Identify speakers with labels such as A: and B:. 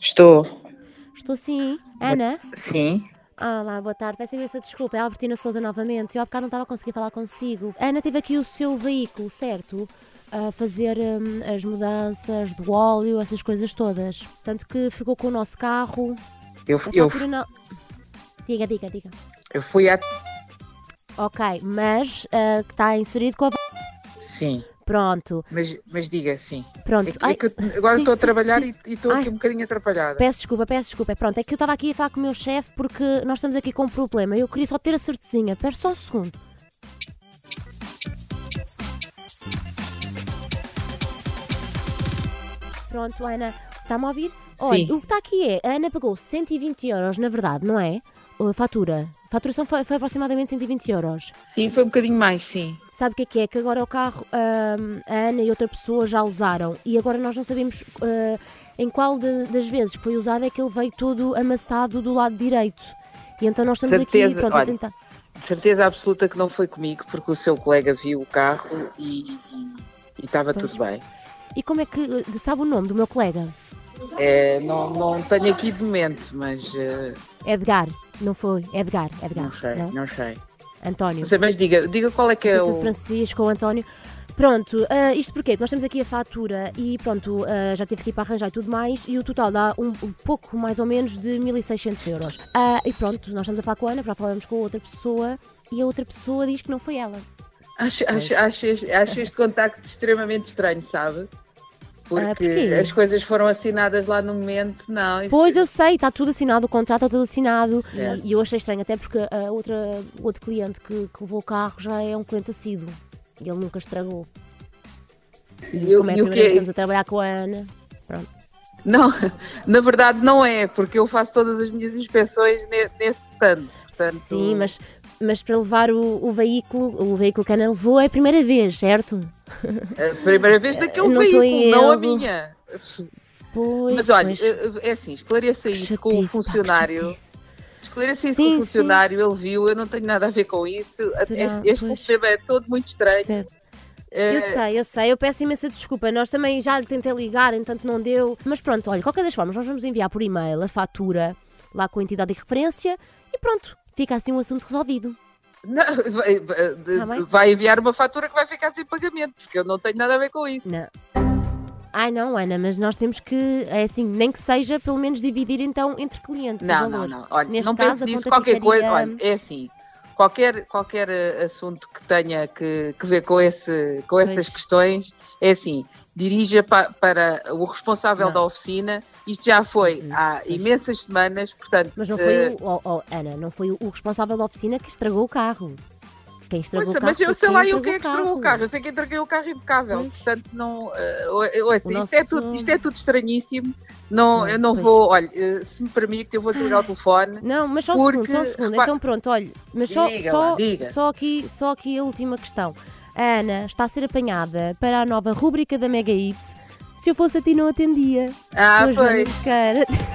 A: Estou,
B: Estou sim. Ana?
A: sim.
B: Olá, boa tarde. Peço imensa desculpa. É a Albertina Souza novamente. Eu há bocado não estava a conseguir falar consigo. Ana teve aqui o seu veículo, certo? A fazer hum, as mudanças do óleo, essas coisas todas. Tanto que ficou com o nosso carro.
A: Eu,
B: A
A: eu,
B: fatura não. Diga, diga, diga.
A: eu fui a.
B: Ok, mas ah, que está inserido com a.
A: Sim,
B: Pronto,
A: mas, mas diga, sim.
B: pronto.
A: É que, é
B: Ai,
A: que eu- agora
B: sim,
A: estou a
B: sim,
A: trabalhar
B: sim.
A: e e estou aqui
B: Ai.
A: um bocadinho atrapalhada.
B: Peço desculpa, peço desculpa. Pronto, é que eu estava aqui a falar com o meu chefe porque nós estamos aqui com um problema. Eu queria só ter a certezinha. Espera só um segundo. Pronto, Ana, está-me a ouvir? Olha,
A: Sim.
B: o que está aqui é, a Ana pagou 120 euros, na verdade, não é? A fatura. A faturação foi, foi aproximadamente 120 euros.
A: Sim, foi um bocadinho mais, sim.
B: Sabe o que é que é? Que agora o carro ahm, a Ana e outra pessoa já usaram e agora nós não sabemos ah, em qual de- das vezes que foi usado é que ele veio todo amassado do lado direito. E então nós estamos aqui
A: Certeza,
B: pronto, a
A: olha.
B: tentar.
A: De certeza absoluta que não foi comigo, porque o seu colega viu o carro e e- e estava
B: Pois.
A: tudo bem.
B: E como é que ah, sabe o nome do meu colega?
A: É, não, não tenho aqui de momento, mas eh,
B: Edgar, não foi? Edgar, Edgar.
A: não sei,
B: não?
A: não sei.
B: António.
A: Não sei, mas diga, diga qual é que é
B: Não sei se
A: o.
B: o Francisco ou o António. Pronto, ah, isto porquê? Porque Nós temos aqui a fatura e pronto, ah, já tive aqui para arranjar e tudo mais e o total dá um, um pouco mais ou menos de 1600 euros. Ah, e pronto, nós estamos a falar com a Ana, para falarmos com outra pessoa e a outra pessoa diz que não foi ela.
A: Acho, acho, acho, este, acho este contacto extremamente estranho, sabe?
B: Ah,
A: Porque
B: porquê?
A: as coisas foram assinadas lá no momento, não. isso-
B: Pois eu sei, está tudo assinado, o contrato está tudo assinado
A: É.
B: e eu achei estranho, até porque a outra, o outro cliente que, que levou o carro já é um cliente assíduo e ele nunca estragou. E
A: Eu-
B: como é a
A: e o
B: primeira
A: que é-
B: vez que estamos a trabalhar com a Ana, pronto.
A: Não, na verdade não é, porque eu faço todas as minhas inspeções ne- nesse stand. Portanto,
B: Sim, mas, mas para levar o, o veículo, o veículo que a Ana levou é a primeira vez, certo?
A: A primeira vez daquele
B: eh, não estou
A: veículo,
B: em
A: não a
B: erro.
A: minha.
B: Pois,
A: Mas olha,
B: pois.
A: é é assim, esclareça
B: Que
A: isso com o
B: chatice, pá, que
A: funcionário. eh,
B: chatice.
A: Esclareça isso
B: Sim,
A: com o
B: sim.
A: funcionário, ele viu, eu não tenho nada a ver com isso.
B: Será?
A: este este
B: Pois.
A: problema é todo muito estranho.
B: Percebo.
A: Eh,
B: Eu sei, eu sei, eu peço imensa desculpa. Nós também já lhe tentei ligar, entanto não deu. Mas pronto, olha, qualquer das formas, nós vamos enviar por e-mail a fatura lá com a entidade de referência e pronto, fica assim o assunto resolvido.
A: Não, vai, vai- de-
B: Tá bem.
A: vai enviar uma fatura que vai ficar sem pagamento, porque eu não tenho nada a ver com isso.
B: Não. Ai não, Ana, mas nós temos que, é assim, nem que seja pelo menos dividir então entre clientes. o
A: Não,
B: valor.
A: não, não. Olha,
B: Neste
A: não
B: caso,
A: pense
B: a
A: nisso.
B: conta
A: Qualquer coisa,
B: ficaria-
A: olha, é assim. Qualquer, qualquer eh, assunto que tenha que, que ver com, esse, com essas
B: Pois.
A: questões, é assim. Dirija pa- para o responsável
B: Não.
A: da oficina. Isto já foi
B: Uhum,
A: há
B: pois.
A: imensas semanas, portanto.
B: Mas não
A: eh,
B: foi o, oh, oh, Ana, não foi o responsável da oficina que estragou o carro. Quem estragou
A: Ouça,
B: o carro?
A: mas eu
B: foi
A: sei
B: quem
A: lá eu quem é que estragou o carro. Eu sei que entreguei o carro impecável.
B: Pois.
A: Portanto, não. eh, oi- ouça, isto,
B: O nosso-
A: é tudo, isto é tudo estranhíssimo. Não,
B: Não,
A: eu não
B: pois.
A: vou. Olha, eh, se me permite, eu vou desligar o telefone.
B: Não, mas só um
A: Porque,
B: segundo, só um segundo.
A: repara-
B: Então pronto, olha, mas só,
A: Diga lá,
B: só,
A: diga.
B: só, aqui, só aqui a última questão. A Ana está a ser apanhada para a nova rúbrica da Mega Hits. Se eu fosse a ti, não atendia.
A: Ah,
B: Mas, Ana
A: pois.
B: Sequeira,